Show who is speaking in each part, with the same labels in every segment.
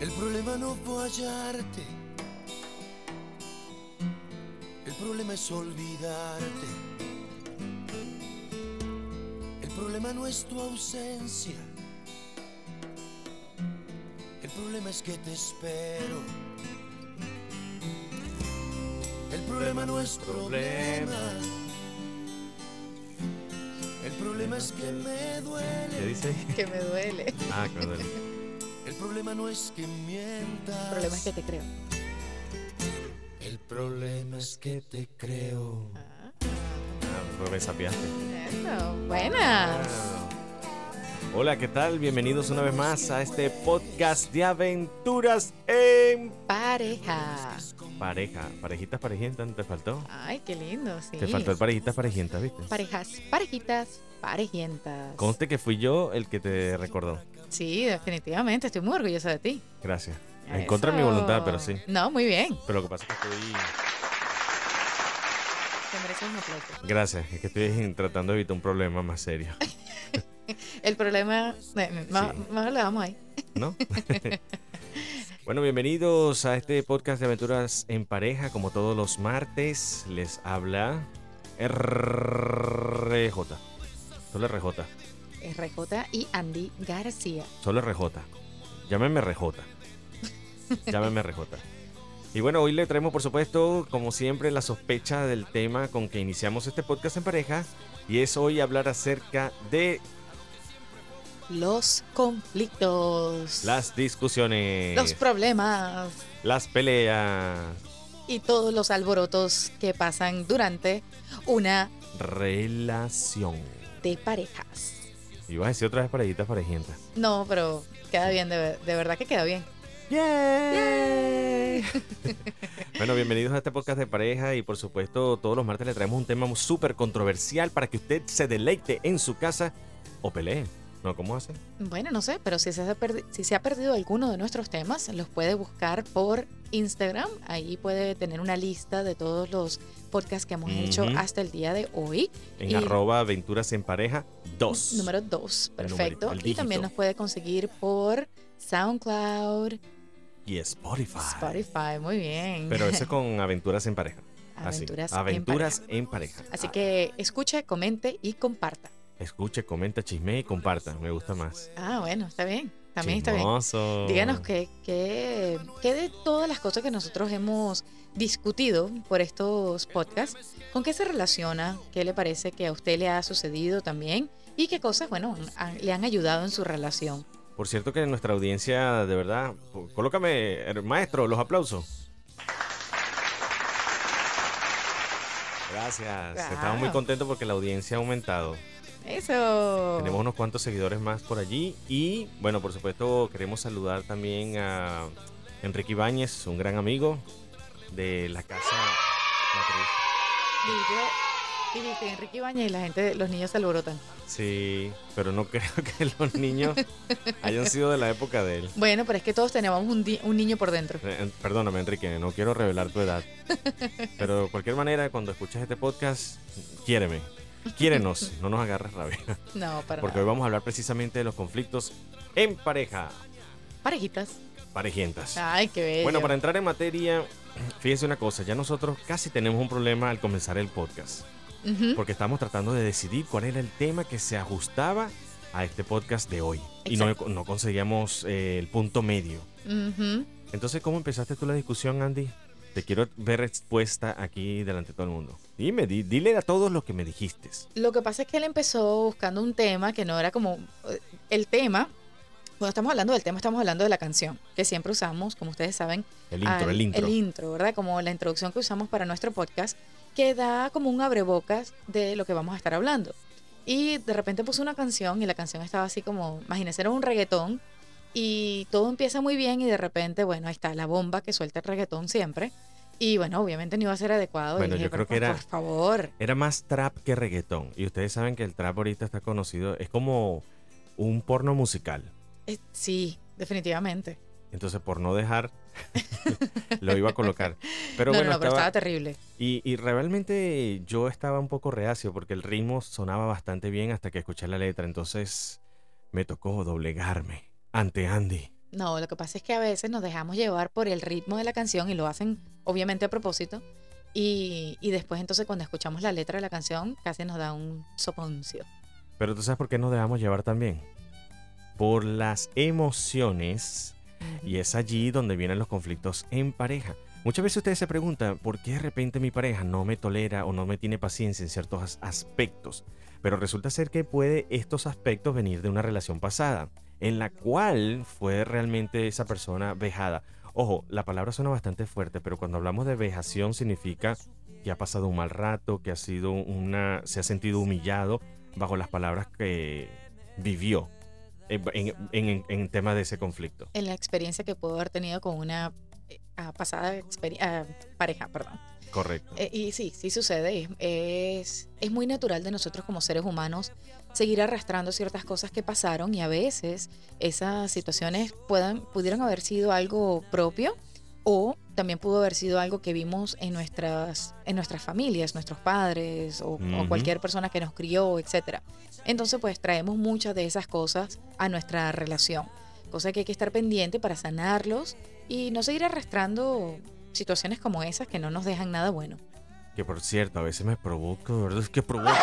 Speaker 1: El problema no fue hallarte, el problema es olvidarte. El problema no es tu ausencia, el problema es que te espero. El problema no es problema, el problema es que me duele.
Speaker 2: ¿Qué dice?
Speaker 3: Que me duele.
Speaker 2: Ah, que me duele.
Speaker 1: El problema no es que mientas.
Speaker 3: El problema es que te creo.
Speaker 1: El problema es que te creo.
Speaker 3: Ah,
Speaker 2: Ah, pues me sapiaste.
Speaker 3: eso. Buenas.
Speaker 2: Hola, ¿qué tal? Bienvenidos una vez más a este podcast de aventuras en
Speaker 3: Pareja.
Speaker 2: pareja. Parejitas, parejitas, ¿te faltó?
Speaker 3: Ay, qué lindo, sí.
Speaker 2: Te faltó el parejitas, parejitas, ¿viste?
Speaker 3: Parejas, parejitas, parejientas.
Speaker 2: Conste que fui yo el que te recordó.
Speaker 3: Sí, definitivamente. Estoy muy orgullosa de ti.
Speaker 2: Gracias. En contra de mi
Speaker 3: Eso.
Speaker 2: voluntad, pero sí.
Speaker 3: No, muy bien.
Speaker 2: Pero lo que pasa es que estoy...
Speaker 3: Te mereces un aplauso.
Speaker 2: Gracias, es que estoy tratando de evitar un problema más serio,
Speaker 3: El problema. eh, Más,
Speaker 2: Sí.
Speaker 3: más lo dejamos ahí.
Speaker 2: ¿no? bueno, bienvenidos a este podcast de aventuras en pareja, como todos los martes. Les habla RJ. Solo RJ.
Speaker 3: RJ y Andy García.
Speaker 2: Solo RJ. Llámeme RJ. Llámeme RJ. Y bueno, hoy le traemos, por supuesto, como siempre, la sospecha del tema con que iniciamos este podcast en pareja. Y es hoy hablar acerca de
Speaker 3: Los conflictos.
Speaker 2: las discusiones,
Speaker 3: Los problemas.
Speaker 2: las peleas,
Speaker 3: y todos los alborotos que pasan durante una
Speaker 2: relación.
Speaker 3: de parejas.
Speaker 2: Ibas a decir otra vez parejitas parejientas.
Speaker 3: No, pero queda bien, de, ver- de verdad que queda bien.
Speaker 2: Bueno, bienvenidos a este podcast de pareja y por supuesto todos los martes le traemos un tema súper controversial para que usted se deleite en su casa o pelee. ¿No? ¿Cómo hace?
Speaker 3: Bueno, no sé, pero si se, ha perdi- si se ha perdido alguno de nuestros temas, los puede buscar por Instagram. Ahí puede tener una lista de todos los podcasts que hemos hecho
Speaker 2: Ujú.
Speaker 3: hasta el día de hoy.
Speaker 2: En
Speaker 3: Y-
Speaker 2: arroba aventuras en pareja 2.
Speaker 3: Número 2,
Speaker 2: El numerito,
Speaker 3: perfecto.
Speaker 2: el
Speaker 3: Y también
Speaker 2: dígito.
Speaker 3: nos puede conseguir por SoundCloud,
Speaker 2: Y Spotify.
Speaker 3: Spotify, muy bien.
Speaker 2: Pero eso es con aventuras en pareja. Así.
Speaker 3: Aventuras, en
Speaker 2: aventuras en pareja. Ah,
Speaker 3: Pareja. Así que escuche, comente y comparta.
Speaker 2: Escuche, comenta, chisme y comparta. Me gusta más.
Speaker 3: Ah, bueno, está bien. También está bien.
Speaker 2: Chismoso.
Speaker 3: Díganos qué que, de todas las cosas que nosotros hemos discutido por estos podcasts, con qué se relaciona, qué le parece que a usted le ha sucedido también y qué cosas, bueno, han- le han ayudado en su relación.
Speaker 2: Por cierto que nuestra audiencia, de verdad, po- colócame, eh, maestro, los aplausos. Gracias. Estamos muy
Speaker 3: Wow.
Speaker 2: contentos porque la audiencia ha aumentado.
Speaker 3: Eso.
Speaker 2: Tenemos unos cuantos seguidores más por allí. Y bueno, por supuesto, queremos saludar también a Enrique Ibáñez, un gran amigo de la casa matriz.
Speaker 3: Y yo- y dice, Enrique Ibañez y la gente, los niños se alborotan.
Speaker 2: Sí, pero no creo que los niños hayan sido de la época de él.
Speaker 3: Bueno, pero es que todos tenemos un, di- un niño por dentro.
Speaker 2: Eh, Perdóname, Enrique, no quiero revelar tu edad. Pero de cualquier manera, cuando escuches este podcast, quiéreme. Quiérenos, no nos agarres rabia.
Speaker 3: No, para
Speaker 2: Porque hoy
Speaker 3: nada.
Speaker 2: vamos a hablar precisamente de los conflictos en pareja,
Speaker 3: Parejitas.
Speaker 2: parejientas.
Speaker 3: Ay, qué bello.
Speaker 2: Bueno, para entrar en materia, fíjense una cosa, ya nosotros casi tenemos un problema al comenzar el podcast.
Speaker 3: Ujú.
Speaker 2: Porque estamos tratando de decidir cuál era el tema que se ajustaba a este podcast de hoy. Y no, no conseguíamos eh, el punto medio.
Speaker 3: Ujú.
Speaker 2: Entonces, ¿cómo empezaste tú la discusión, Andy? Te quiero ver respuesta aquí delante de todo el mundo. Dime, di- dile a todos lo que me dijiste.
Speaker 3: Lo que pasa es que él empezó buscando un tema que no era como eh, el tema. Cuando estamos hablando del tema, estamos hablando de la canción, que siempre usamos, como ustedes saben,
Speaker 2: El intro,
Speaker 3: al-
Speaker 2: el intro.
Speaker 3: ¿verdad? Como la introducción que usamos para nuestro podcast, que da como un abrebocas de lo que vamos a estar hablando. Y de repente puso una canción y la canción estaba así como, imagínense, era un reggaetón y todo empieza muy bien y de repente, bueno, ahí está la bomba que suelta el reggaetón siempre. Y bueno, obviamente no iba a ser adecuado. Y
Speaker 2: Bueno, yo
Speaker 3: pero
Speaker 2: creo que
Speaker 3: por-
Speaker 2: era-
Speaker 3: Por favor.
Speaker 2: Era más trap que reggaetón. Y ustedes saben que el trap ahorita está conocido, es como un porno musical.
Speaker 3: Eh, Sí, definitivamente.
Speaker 2: Entonces, por no dejar, lo iba a colocar. Pero
Speaker 3: no,
Speaker 2: bueno,
Speaker 3: no, no, pero
Speaker 2: estaba-
Speaker 3: estaba terrible.
Speaker 2: y, y realmente yo estaba un poco reacio porque el ritmo sonaba bastante bien hasta que escuché la letra. Entonces, me tocó doblegarme ante Andy.
Speaker 3: No, lo que pasa es que a veces nos dejamos llevar por el ritmo de la canción y lo hacen obviamente a propósito. Y, y después entonces cuando escuchamos la letra de la canción casi nos da un soponcio.
Speaker 2: Pero tú sabes por qué nos dejamos llevar también. Por las emociones. Y es allí donde vienen los conflictos en pareja. Muchas veces ustedes se preguntan por qué de repente mi pareja no me tolera o no me tiene paciencia en ciertos as- aspectos. Pero resulta ser que puede estos aspectos venir de una relación pasada, en la cual fue realmente esa persona vejada. Ojo, la palabra suena bastante fuerte, pero cuando hablamos de vejación significa que ha pasado un mal rato, que ha sido una, se ha sentido humillado bajo las palabras que vivió en, en, en- en tema de ese conflicto.
Speaker 3: En la experiencia que puedo haber tenido con una eh, ah, pasada experi- ah, pareja, perdón.
Speaker 2: Correcto.
Speaker 3: Eh, y sí, sí sucede. Es, es, es muy natural de nosotros como seres humanos seguir arrastrando ciertas cosas que pasaron y a veces esas situaciones puedan, pudieron haber sido algo propio o también pudo haber sido algo que vimos en nuestras, en nuestras familias, nuestros padres o, o
Speaker 2: Ujú.
Speaker 3: cualquier persona que nos crió, etcétera. Entonces pues traemos muchas de esas cosas a nuestra relación, cosa que hay que estar pendiente para sanarlos y no seguir arrastrando situaciones como esas que no nos dejan nada bueno.
Speaker 2: Que por cierto, a veces me provoca, de verdad es que provoca.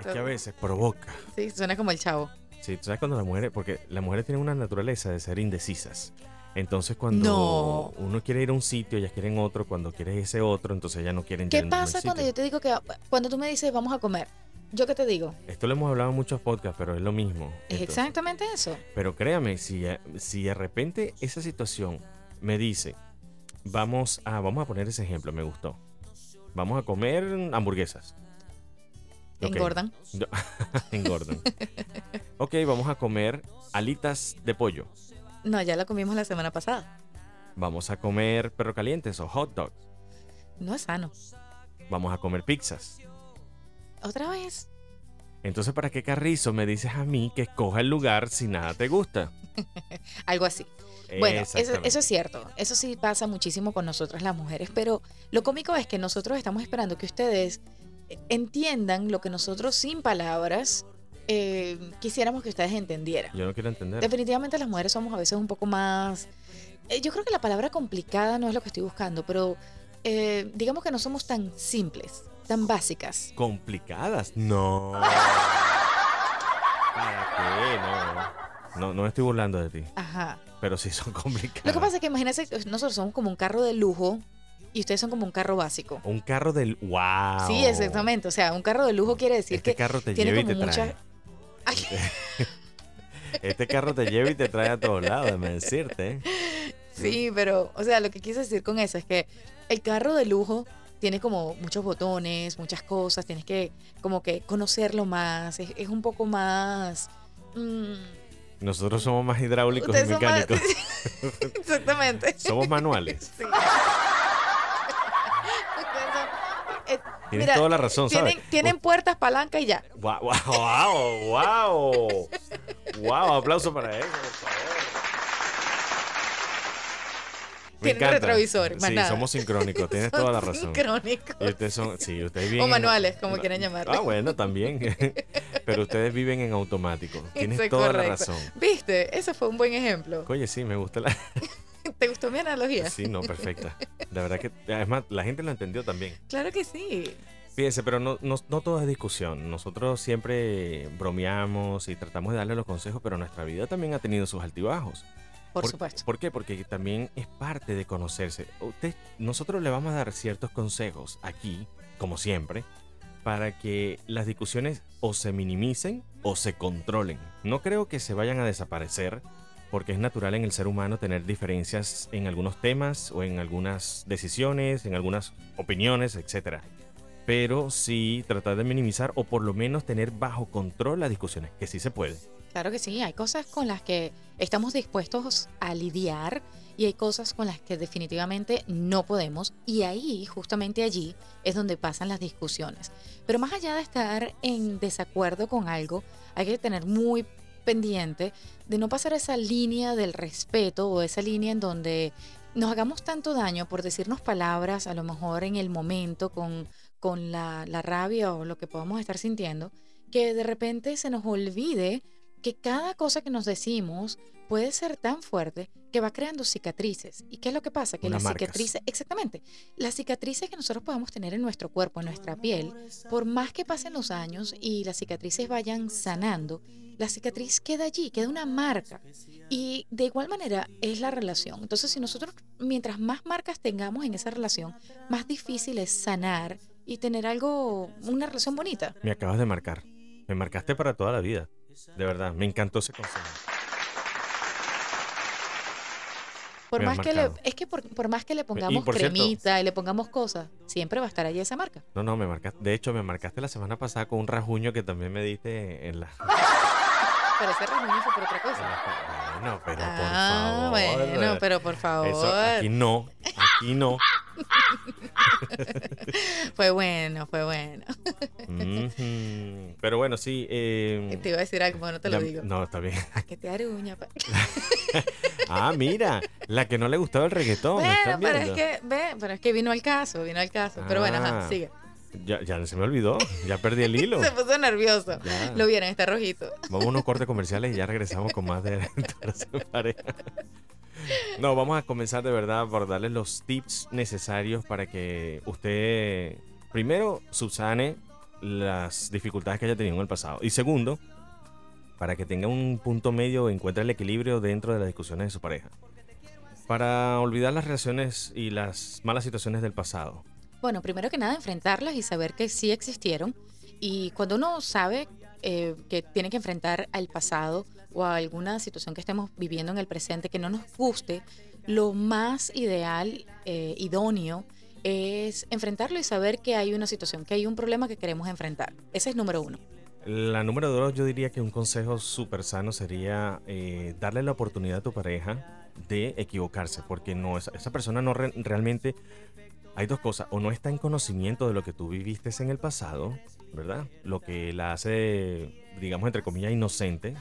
Speaker 2: es que a veces provoca.
Speaker 3: Sí, suena como el chavo.
Speaker 2: Sí, tú sabes cuando las mujeres, porque las mujeres tienen una naturaleza de ser indecisas. Entonces cuando
Speaker 3: No.
Speaker 2: uno quiere ir a un sitio, ellas quieren otro, cuando quieres ese otro, entonces ellas no quieren
Speaker 3: ¿Qué
Speaker 2: ir a un
Speaker 3: pasa cuando yo te digo que cuando tú me dices vamos a comer? ¿Yo qué te digo?
Speaker 2: Esto lo hemos hablado en muchos podcasts, pero es lo mismo. Entonces,
Speaker 3: Es exactamente eso.
Speaker 2: Pero créame, si, eh, si de repente esa situación me dice, vamos a, vamos a poner ese ejemplo, me gustó. Vamos a comer hamburguesas. Ok,
Speaker 3: Engordan.
Speaker 2: engordan. ok, vamos a comer alitas de pollo.
Speaker 3: No, ya la comimos la semana pasada.
Speaker 2: Vamos a comer perro calientes o hot dogs.
Speaker 3: No es sano.
Speaker 2: Vamos a comer pizzas.
Speaker 3: Otra vez.
Speaker 2: Entonces, ¿para qué carrizo me dices a mí que escoja el lugar si nada te gusta?
Speaker 3: Algo así. Bueno, eso,
Speaker 2: Exactamente.
Speaker 3: eso es cierto. Eso sí pasa muchísimo con nosotras las mujeres. Pero lo cómico es que nosotros estamos esperando que ustedes entiendan lo que nosotros sin palabras eh, quisiéramos que ustedes entendieran.
Speaker 2: Yo no quiero entender.
Speaker 3: Definitivamente las mujeres somos a veces un poco más... eh, Yo creo que la palabra complicada no es lo que estoy buscando, pero eh, digamos que no somos tan simples, tan básicas.
Speaker 2: complicadas. No. ¿Para qué? No. No, no me estoy burlando de ti,
Speaker 3: Ajá.
Speaker 2: pero sí son complicadas.
Speaker 3: Lo que pasa es que imagínense que nosotros somos como un carro de lujo y ustedes son como un carro básico.
Speaker 2: Un carro del... ¡Wow!
Speaker 3: Sí, exactamente. O sea, un carro de lujo quiere decir
Speaker 2: Ah, este
Speaker 3: que...
Speaker 2: carro te
Speaker 3: tiene
Speaker 2: lleva y te
Speaker 3: como muchas-
Speaker 2: trae. Este carro te lleva y te trae a todos lados, déjame decirte. ¿eh?
Speaker 3: Sí, pero, o sea, lo que quise decir con eso es que el carro de lujo tiene como muchos botones, muchas cosas, tienes que como que conocerlo más, es, es un poco más... mm,
Speaker 2: Nosotros somos más hidráulicos
Speaker 3: Ustedes
Speaker 2: y
Speaker 3: son más-
Speaker 2: mecánicos.
Speaker 3: Exactamente.
Speaker 2: Somos manuales.
Speaker 3: Sí. Ustedes son- eh,
Speaker 2: Tienes
Speaker 3: Mira,
Speaker 2: toda la razón, ¿sabes?
Speaker 3: tienen, tienen puertas, palanca y ya.
Speaker 2: Wow, wow, wow, wow, aplauso para ellos, por favor. Me
Speaker 3: Tienen
Speaker 2: encanta.
Speaker 3: retrovisor, más
Speaker 2: Sí,
Speaker 3: nada.
Speaker 2: somos sincrónicos, tienes toda la razón.
Speaker 3: Crónico.
Speaker 2: Y ustedes son, sí, ustedes viven
Speaker 3: O
Speaker 2: en-
Speaker 3: manuales, como
Speaker 2: no,
Speaker 3: quieran
Speaker 2: Ah,
Speaker 3: llamarlo.
Speaker 2: bueno, también. Pero ustedes viven en automático. Tienes
Speaker 3: Eso es
Speaker 2: toda la
Speaker 3: correcto.
Speaker 2: razón.
Speaker 3: ¿Viste? Ese fue un buen ejemplo.
Speaker 2: Oye, sí, me gusta la.
Speaker 3: ¿Te gustó mi analogía?
Speaker 2: Sí, no, perfecta. La verdad que, además, la gente lo entendió también.
Speaker 3: Claro que sí.
Speaker 2: Fíjense, pero no, no, no todo es discusión. Nosotros siempre bromeamos y tratamos de darle los consejos, pero nuestra vida también ha tenido sus altibajos.
Speaker 3: Por, supuesto.
Speaker 2: ¿Por qué? Porque también es parte de conocerse. Usted, nosotros le vamos a dar ciertos consejos aquí, como siempre, para que las discusiones o se minimicen o se controlen. No creo que se vayan a desaparecer, porque es natural en el ser humano tener diferencias en algunos temas o en algunas decisiones, en algunas opiniones, etc. Pero sí tratar de minimizar o por lo menos tener bajo control las discusiones, que sí se puede.
Speaker 3: Claro que sí. Hay cosas con las que estamos dispuestos a lidiar y hay cosas con las que definitivamente no podemos. Y ahí, justamente allí, es donde pasan las discusiones. Pero más allá de estar en desacuerdo con algo, hay que tener muy pendiente de no pasar esa línea del respeto o esa línea en donde nos hagamos tanto daño por decirnos palabras, a lo mejor en el momento, con, con la, la rabia o lo que podamos estar sintiendo, que de repente se nos olvide que cada cosa que nos decimos puede ser tan fuerte que va creando cicatrices. ¿Y qué es lo que pasa? Que
Speaker 2: Unas
Speaker 3: las
Speaker 2: marcas.
Speaker 3: cicatrices, exactamente, las cicatrices que nosotros podamos tener en nuestro cuerpo, en nuestra piel, por más que pasen los años y las cicatrices vayan sanando, la cicatriz queda allí, queda una marca. Y de igual manera es la relación. Entonces, si nosotros, mientras más marcas tengamos en esa relación, más difícil es sanar y tener algo, una relación bonita.
Speaker 2: Me acabas de marcar. Me marcaste para toda la vida. De verdad, me encantó ese consejo.
Speaker 3: Por
Speaker 2: Me has
Speaker 3: más que le,
Speaker 2: marcado.
Speaker 3: es que por, por más que le pongamos
Speaker 2: por cierto-
Speaker 3: cremita y le pongamos cosas, siempre va a estar allí esa marca.
Speaker 2: No, no, me marcaste. De hecho, me marcaste la semana pasada con un rajuño que también me diste en la.
Speaker 3: Pero ese rasguño fue por otra
Speaker 2: en
Speaker 3: cosa.
Speaker 2: la- bueno, pero
Speaker 3: ah,
Speaker 2: por favor.
Speaker 3: bueno, pero por favor.
Speaker 2: Eso, aquí no, aquí no.
Speaker 3: Fue bueno, fue bueno.
Speaker 2: Ujú. Pero bueno, sí. eh,
Speaker 3: Te iba a decir algo, pero no Este, te lo
Speaker 2: la-
Speaker 3: digo.
Speaker 2: No, está bien.
Speaker 3: Ah, que te aruña. pa-
Speaker 2: Ah, mira, la que no le gustaba el reggaetón.
Speaker 3: bueno,
Speaker 2: ¿están
Speaker 3: pero es
Speaker 2: viendo?
Speaker 3: que, ve, pero es que vino al caso, vino al caso. Pero bueno,
Speaker 2: Ah.
Speaker 3: ajá, sigue.
Speaker 2: Ya, ya se me olvidó, ya perdí el hilo.
Speaker 3: Se puso nervioso.
Speaker 2: Ya.
Speaker 3: Lo vieron, está rojito.
Speaker 2: Vamos a unos cortes comerciales y ya regresamos con más de Entonces, pareja. No, vamos a comenzar de verdad por darles los tips necesarios para que usted, primero, subsane las dificultades que haya tenido en el pasado. Y segundo, para que tenga un punto medio, encuentre el equilibrio dentro de las discusiones de su pareja. Para olvidar las relaciones y las malas situaciones del pasado.
Speaker 3: Bueno, primero que nada, enfrentarlas y saber que sí existieron. Y cuando uno sabe eh, que tiene que enfrentar al pasado o a alguna situación que estemos viviendo en el presente que no nos guste, lo más ideal, eh, idóneo, es enfrentarlo y saber que hay una situación, que hay un problema que queremos enfrentar. Ese es número uno.
Speaker 2: La número dos, yo diría que un consejo súper sano sería eh, darle la oportunidad a tu pareja de equivocarse, porque no esa, esa persona no re- realmente hay dos cosas, o no está en conocimiento de lo que tú viviste en el pasado, ¿verdad? Lo que la hace, digamos entre comillas, inocente,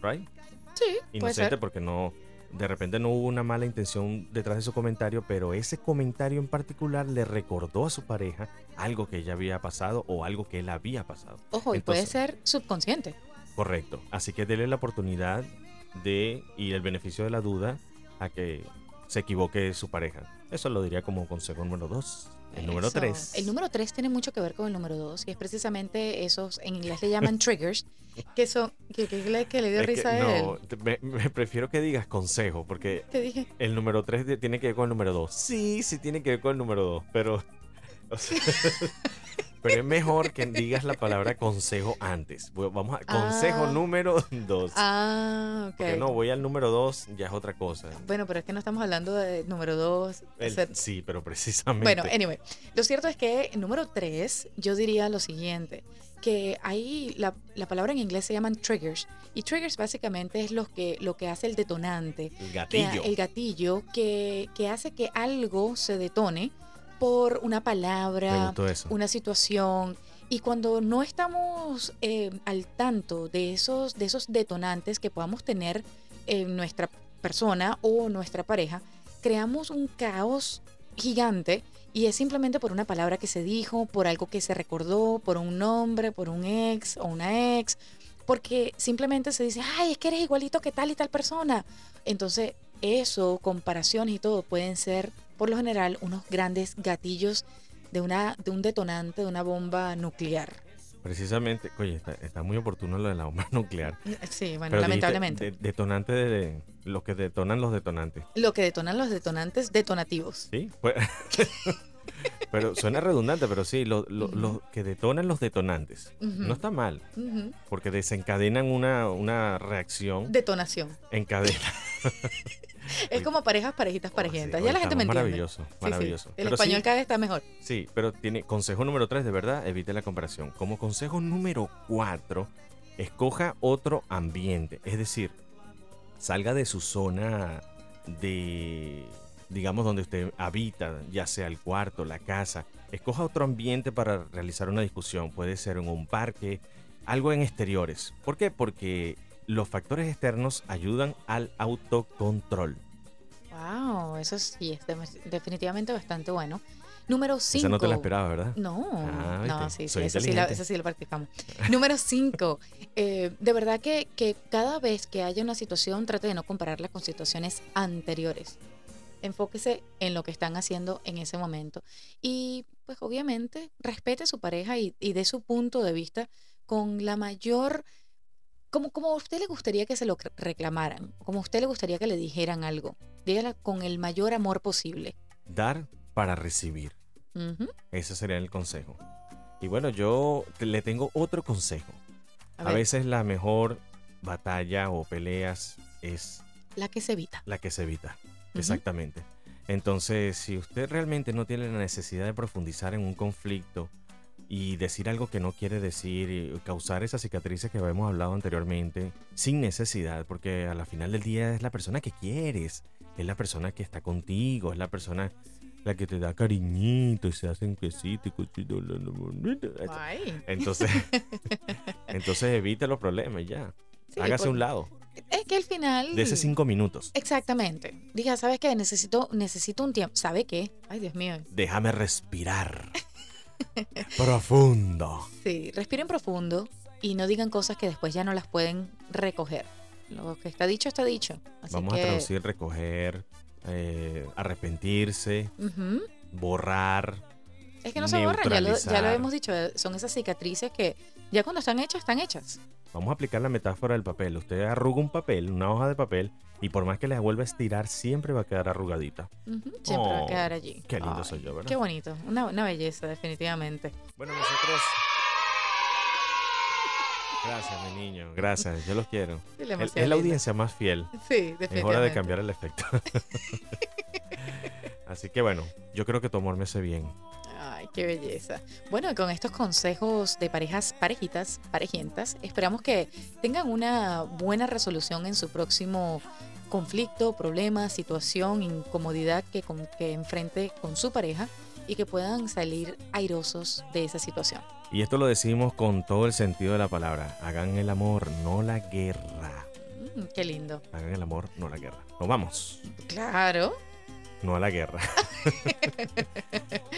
Speaker 2: ¿right?
Speaker 3: Sí, puede
Speaker 2: Inocente
Speaker 3: ser.
Speaker 2: porque no, de repente no hubo una mala intención detrás de su comentario, pero ese comentario en particular le recordó a su pareja algo que ella había pasado o algo que él había pasado.
Speaker 3: Ojo, y
Speaker 2: Entonces-
Speaker 3: puede ser subconsciente.
Speaker 2: Correcto. Así que dele la oportunidad de y el beneficio de la duda a que se equivoque su pareja. Eso lo diría como consejo número dos. El número
Speaker 3: Eso.
Speaker 2: tres.
Speaker 3: El número tres tiene mucho que ver con el número dos y es precisamente esos, en inglés le llaman triggers, que son, que, que le, que le dio
Speaker 2: Es que-
Speaker 3: risa a él.
Speaker 2: no, te- me, me prefiero que digas consejo, porque
Speaker 3: Te dije,
Speaker 2: el número tres de- tiene que ver con el número dos. Sí, sí tiene que ver con el número dos, pero. o sea, pero es mejor que digas la palabra consejo antes. Voy- Vamos a. Consejo
Speaker 3: Ah.
Speaker 2: número dos.
Speaker 3: ah, ok.
Speaker 2: Porque no, voy al número dos, ya es otra cosa.
Speaker 3: Bueno, pero es que no estamos hablando de número dos. o
Speaker 2: El-
Speaker 3: sea,
Speaker 2: sí, pero precisamente.
Speaker 3: bueno, anyway, lo cierto es que número tres, yo diría lo siguiente, que ahí la, la palabra en inglés se llaman triggers y triggers básicamente es lo que, lo que hace el detonante
Speaker 2: El
Speaker 3: que-
Speaker 2: gatillo.
Speaker 3: el gatillo que, que hace que algo se detone por una
Speaker 2: Me
Speaker 3: palabra,
Speaker 2: gustó eso.
Speaker 3: una situación. Y cuando no estamos eh, al tanto de esos, de esos detonantes que podamos tener en nuestra persona o nuestra pareja, creamos un caos gigante y es simplemente por una palabra que se dijo, por algo que se recordó, por un nombre, por un ex o una ex, porque simplemente se dice, ay, es que eres igualito que tal y tal persona. Entonces, eso, comparaciones y todo pueden ser, por lo general, unos grandes gatillos de, una, de un detonante, de una bomba nuclear.
Speaker 2: Precisamente, oye, está, está muy oportuno lo de la bomba nuclear.
Speaker 3: Sí, bueno,
Speaker 2: Pero dijiste
Speaker 3: lamentablemente.
Speaker 2: de- detonante de, de- los que detonan los detonantes.
Speaker 3: Lo que detonan los detonantes detonativos.
Speaker 2: Sí. Pues- pero suena redundante, pero sí, lo- lo- los
Speaker 3: Ujú.
Speaker 2: que detonan los detonantes.
Speaker 3: Ujú.
Speaker 2: No está mal,
Speaker 3: Ujú.
Speaker 2: porque desencadenan una, una reacción
Speaker 3: Detonación.
Speaker 2: en cadena.
Speaker 3: Es como parejas, parejitas,
Speaker 2: Oye,
Speaker 3: parejientas.
Speaker 2: Oh, oye,
Speaker 3: ya la gente me
Speaker 2: estamos
Speaker 3: entiende.
Speaker 2: Maravilloso,
Speaker 3: Sí, sí.
Speaker 2: maravilloso.
Speaker 3: El
Speaker 2: Pero sí,
Speaker 3: español cada vez está mejor.
Speaker 2: Sí, pero tiene consejo número 3, de verdad, evite la comparación. Como consejo número 4, escoja otro ambiente, es decir, salga de su zona de digamos donde usted habita, ya sea el cuarto, la casa, escoja otro ambiente para realizar una discusión, puede ser en un parque, algo en exteriores. ¿Por qué? Porque los factores externos ayudan al autocontrol.
Speaker 3: Wow, eso sí es dem- definitivamente bastante bueno. Número 5.
Speaker 2: Esa no te la esperabas, ¿verdad?
Speaker 3: No,
Speaker 2: Ah,
Speaker 3: no,
Speaker 2: viste,
Speaker 3: sí, sí,
Speaker 2: soy
Speaker 3: eso sí, la,
Speaker 2: inteligente.
Speaker 3: eso sí lo practicamos. Número 5. de verdad que, que cada vez que haya una situación, trate de no compararla con situaciones anteriores. Enfóquese en lo que están haciendo en ese momento. Y pues obviamente respete a su pareja y, y dé su punto de vista con la mayor... Como, como a usted le gustaría que se lo cre- reclamaran, como a usted le gustaría que le dijeran algo. Dígala con el mayor amor posible.
Speaker 2: Dar para recibir.
Speaker 3: Ujú.
Speaker 2: Ese sería el consejo. Y bueno, yo te- le tengo otro consejo. A,
Speaker 3: ver,
Speaker 2: veces la mejor batalla o peleas es
Speaker 3: la que se evita.
Speaker 2: la que se evita.
Speaker 3: Ujú.
Speaker 2: Exactamente. Entonces, si usted realmente no tiene la necesidad de profundizar en un conflicto y decir algo que no quiere decir, y causar esas cicatrices que habíamos hablado anteriormente, sin necesidad, porque a la final del día es la persona que quieres, es la persona que está contigo, es la persona la que te da cariñito y se hacen quesito y cosito, la, la, bonita.
Speaker 3: Ay.
Speaker 2: Entonces, entonces evite los problemas y ya.
Speaker 3: Sí,
Speaker 2: Hágase
Speaker 3: por-
Speaker 2: un lado
Speaker 3: Es que al final.
Speaker 2: de esos cinco minutos.
Speaker 3: Exactamente. Diga, ¿sabes qué? Necesito, necesito un tiempo. ¿Sabe qué? Ay, Dios mío.
Speaker 2: Déjame respirar. Profundo.
Speaker 3: Sí, respiren profundo y no digan cosas que después ya no las pueden recoger. Lo que está dicho, está dicho. Así
Speaker 2: Vamos
Speaker 3: que-
Speaker 2: a traducir, recoger, eh, arrepentirse,
Speaker 3: Ujú.
Speaker 2: borrar.
Speaker 3: Es que no se borran, ya lo, ya lo
Speaker 2: Neutralizar.
Speaker 3: hemos dicho. eh, Son esas cicatrices que ya cuando están hechas, están hechas.
Speaker 2: Vamos a aplicar la metáfora del papel. Usted arruga un papel, una hoja de papel, y por más que la vuelva a estirar, siempre va a quedar arrugadita.
Speaker 3: Ujú, Siempre va a
Speaker 2: Oh,
Speaker 3: quedar allí.
Speaker 2: Qué lindo
Speaker 3: Ay,
Speaker 2: soy yo, ¿verdad?
Speaker 3: Qué bonito. Una, una belleza, definitivamente.
Speaker 2: Bueno, nosotros. Gracias, mi niño. Gracias, yo los quiero.
Speaker 3: Sí,
Speaker 2: El-
Speaker 3: demasiado
Speaker 2: es la
Speaker 3: lindo.
Speaker 2: audiencia más fiel.
Speaker 3: Sí, definitivamente.
Speaker 2: Es hora de cambiar el efecto. Así que bueno, yo creo que tu amor me hace bien.
Speaker 3: Ay, qué belleza. Bueno, y con estos consejos de parejas, parejitas, parejientas, esperamos que tengan una buena resolución en su próximo conflicto, problema, situación, incomodidad que, con- que enfrente con su pareja y que puedan salir airosos de esa situación.
Speaker 2: Y esto lo decimos con todo el sentido de la palabra. Hagan el amor, no la guerra.
Speaker 3: Mm, qué lindo.
Speaker 2: Hagan el amor, no la guerra. Nos vamos,
Speaker 3: Claro.
Speaker 2: no a la guerra.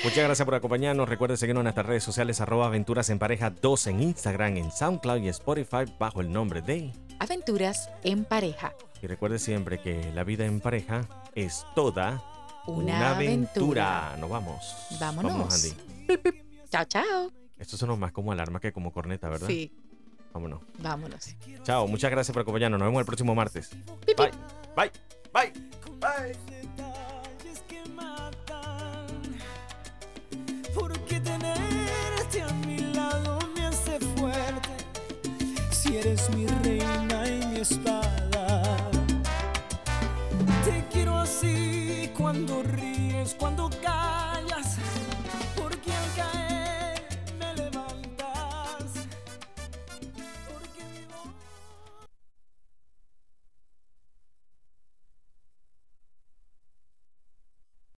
Speaker 2: Muchas gracias por acompañarnos. Recuerden seguirnos en nuestras redes sociales arroba aventuras en pareja 2 en Instagram, en SoundCloud y Spotify bajo el nombre de...
Speaker 3: Aventuras en pareja.
Speaker 2: Y recuerde siempre que la vida en pareja es toda
Speaker 3: Una, aventura.
Speaker 2: Nos vamos.
Speaker 3: Vámonos.
Speaker 2: Vamos, Andy.
Speaker 3: Chao, chao.
Speaker 2: Esto suena más como alarma que como corneta, ¿verdad?
Speaker 3: Sí,
Speaker 2: Vámonos.
Speaker 3: vámonos.
Speaker 2: Chao, muchas gracias por acompañarnos. Nos vemos el próximo martes. Bye. Bye. Bye. Bye.
Speaker 4: detalles que matan. Porque tenerte a mi lado me hace fuerte. Si eres mi reina y mi espada. Te quiero así cuando ríes, cuando caes.